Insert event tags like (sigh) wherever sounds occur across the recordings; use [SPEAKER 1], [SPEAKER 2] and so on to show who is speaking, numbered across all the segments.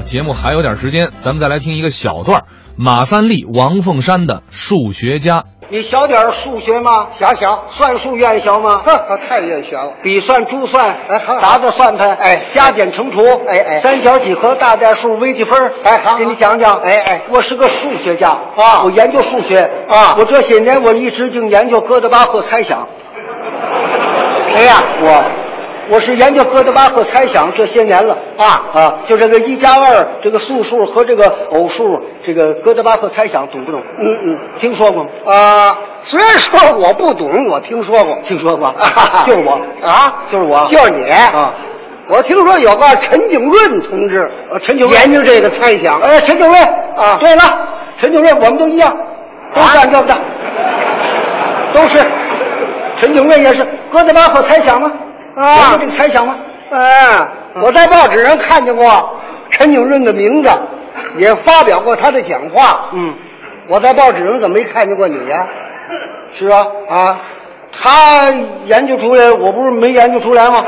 [SPEAKER 1] 啊节目还有点时间，咱们再来听一个小段儿马三立、王凤山的《数学家》。
[SPEAKER 2] 你小点儿数学吗？
[SPEAKER 3] 想想，
[SPEAKER 2] 算术愿意学吗？
[SPEAKER 3] (laughs) 哼，我太愿学了。
[SPEAKER 2] 笔算、珠算
[SPEAKER 3] 哎好，
[SPEAKER 2] 砸着算盘，
[SPEAKER 3] 哎
[SPEAKER 2] 加减乘除，
[SPEAKER 3] 哎哎
[SPEAKER 2] 三角几何、大代数、微积分，
[SPEAKER 3] 哎好
[SPEAKER 2] 给你讲讲，
[SPEAKER 3] 哎哎
[SPEAKER 2] 我是个数学家
[SPEAKER 3] 啊
[SPEAKER 2] 我研究数学
[SPEAKER 3] 啊
[SPEAKER 2] 我这些年我一直就研究哥德巴赫猜想，
[SPEAKER 3] 谁哎呀？
[SPEAKER 2] 我，我是研究哥德巴赫猜想这些年了
[SPEAKER 3] 啊
[SPEAKER 2] 啊，就这个一加二这个素数和这个偶数，这个哥德巴赫猜想懂不懂？
[SPEAKER 3] 嗯嗯。
[SPEAKER 2] 听说过吗？
[SPEAKER 3] 啊，虽然说我不懂，我听说过，
[SPEAKER 2] 听说过，
[SPEAKER 3] (laughs)
[SPEAKER 2] 就
[SPEAKER 3] 就
[SPEAKER 2] 是是
[SPEAKER 3] 我
[SPEAKER 2] 我，
[SPEAKER 3] 啊
[SPEAKER 2] 就是我，
[SPEAKER 3] 就是你
[SPEAKER 2] 啊。
[SPEAKER 3] 我听说有个陈景润同志，
[SPEAKER 2] 呃陈景润
[SPEAKER 3] 研究这个猜想，
[SPEAKER 2] 哎，陈景润
[SPEAKER 3] 啊
[SPEAKER 2] 对了，陈景润我们都一样，都是按照的，都是。陈景润也是哥德巴赫猜想吗？
[SPEAKER 3] 啊
[SPEAKER 2] 有这个猜想吗？
[SPEAKER 3] 嗯，我在报纸上看见过陈景润的名字，也发表过他的讲话。
[SPEAKER 2] 嗯，
[SPEAKER 3] 我在报纸上怎么没看见过你呀、
[SPEAKER 2] 是啊啊，他研究出来，我不是没研究出来 (laughs) 吗？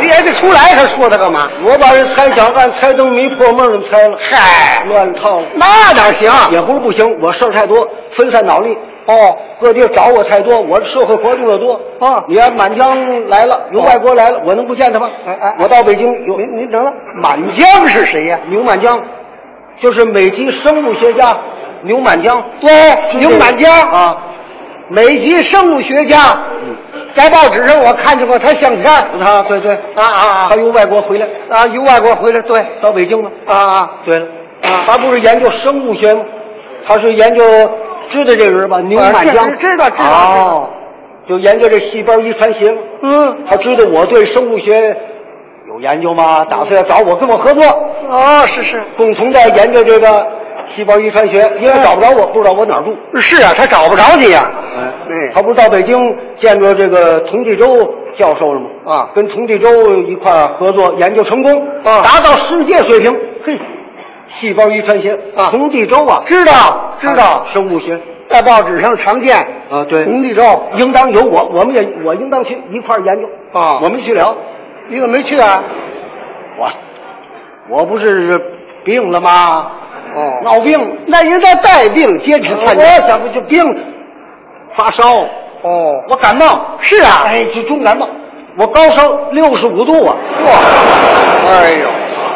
[SPEAKER 3] 没研究出来，他说他干嘛？
[SPEAKER 2] 我把人猜想按猜灯谜破梦给猜了，
[SPEAKER 3] 嗨，
[SPEAKER 2] 乱套了。
[SPEAKER 3] 那哪行？
[SPEAKER 2] 也不是不行，我事儿太多，分散脑力。哦，各地找我太多，我社会活动的多
[SPEAKER 3] 啊
[SPEAKER 2] 你看满江来了，有
[SPEAKER 3] 哦
[SPEAKER 2] 外国来了，我能不见他吗？
[SPEAKER 3] 哎哎
[SPEAKER 2] 我到北京有
[SPEAKER 3] 您您等等，满江是谁呀、
[SPEAKER 2] 牛满江，就是美籍生物学家牛满江。
[SPEAKER 3] 对哦牛满江
[SPEAKER 2] 啊，
[SPEAKER 3] 美籍生物学家。在报纸上我看见过他相片儿
[SPEAKER 2] 他对对，
[SPEAKER 3] 嗯啊啊
[SPEAKER 2] 他由外国回来，
[SPEAKER 3] 啊！啊，由外国回来，对
[SPEAKER 2] 到北京了。
[SPEAKER 3] 啊啊，
[SPEAKER 2] 对了，
[SPEAKER 3] 啊
[SPEAKER 2] 他不是研究生物学吗？他是研究，知道这个人吧？牛满江，
[SPEAKER 3] 啊知知道知道知道
[SPEAKER 2] 哦，就研究这细胞遗传学嘛。
[SPEAKER 3] 嗯，
[SPEAKER 2] 他知道我对生物学有研究吗？打算要找我跟我合作，
[SPEAKER 3] 哦，是是。
[SPEAKER 2] 共同在研究这个细胞遗传学，因为找不着我，不知道我哪儿住。
[SPEAKER 3] 是啊，他找不着你呀、嗯
[SPEAKER 2] 他不是到北京见着这个童继周教授了吗？
[SPEAKER 3] 啊
[SPEAKER 2] 跟童继周一块儿合作研究成功，
[SPEAKER 3] 啊
[SPEAKER 2] 达到世界水平。嘿，细胞遗传学
[SPEAKER 3] 啊
[SPEAKER 2] 童继周啊，
[SPEAKER 3] 知道知道
[SPEAKER 2] 啊，生物学
[SPEAKER 3] 在报纸上常见
[SPEAKER 2] 啊，对
[SPEAKER 3] 洪立洲
[SPEAKER 2] 应当有我，我们也我应当去一块儿研究
[SPEAKER 3] 啊
[SPEAKER 2] 我没去了，
[SPEAKER 3] 你怎么没去啊？
[SPEAKER 2] 我我不是病了吗？
[SPEAKER 3] 哦
[SPEAKER 2] 闹病，
[SPEAKER 3] 那应该带病接着参加。
[SPEAKER 2] 我想不就病发烧，
[SPEAKER 3] 哦
[SPEAKER 2] 我感冒
[SPEAKER 3] 是啊
[SPEAKER 2] 哎，就重感冒，我高烧六十五度啊。
[SPEAKER 3] 哇，哎呦，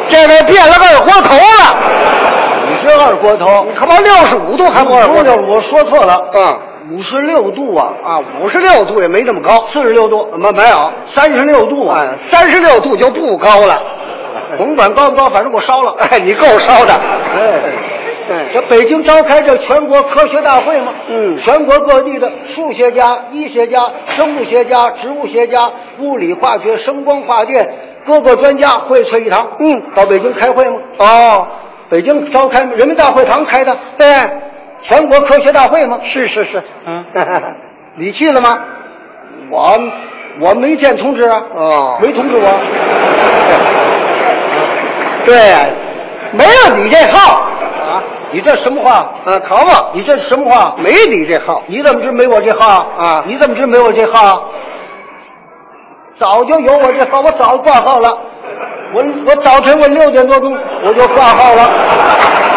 [SPEAKER 3] 这位变了二锅头了，
[SPEAKER 2] 你是二锅头，
[SPEAKER 3] 他妈六十五度还不二锅头？
[SPEAKER 2] 我说错了，
[SPEAKER 3] 嗯
[SPEAKER 2] 五十六度啊，
[SPEAKER 3] 啊，五十六度也没这么高，
[SPEAKER 2] 四十六度，
[SPEAKER 3] 没没有，哎
[SPEAKER 2] 三十六度啊，
[SPEAKER 3] 三十六度就不高了。
[SPEAKER 2] 甭管高不高，反正我烧了。
[SPEAKER 3] 哎，你够烧的。
[SPEAKER 2] 哎。
[SPEAKER 3] 哎
[SPEAKER 2] 这北京召开这全国科学大会嘛，
[SPEAKER 3] 嗯
[SPEAKER 2] 全国各地的数学家、医学家、生物学家、植物学家、物理化学、声光化电各个专家荟萃一堂，
[SPEAKER 3] 嗯，
[SPEAKER 2] 到北京开会嘛，
[SPEAKER 3] 哦，
[SPEAKER 2] 北京召开人民大会堂开的
[SPEAKER 3] 对，
[SPEAKER 2] 全国科学大会嘛，
[SPEAKER 3] 是是是，
[SPEAKER 2] 嗯，
[SPEAKER 3] (laughs) 你去了吗？
[SPEAKER 2] 我我没见通知啊，
[SPEAKER 3] 哦
[SPEAKER 2] 没通知我，
[SPEAKER 3] (laughs) 对，没有你这号
[SPEAKER 2] 啊，你这什么话？
[SPEAKER 3] 啊，可不，
[SPEAKER 2] 你这什么话？
[SPEAKER 3] 没你这号。
[SPEAKER 2] 你怎么知没我这号
[SPEAKER 3] 啊
[SPEAKER 2] 你怎么知没我这号？早就有我这号，我早挂号了。我我早晨我六点多钟我就挂号了。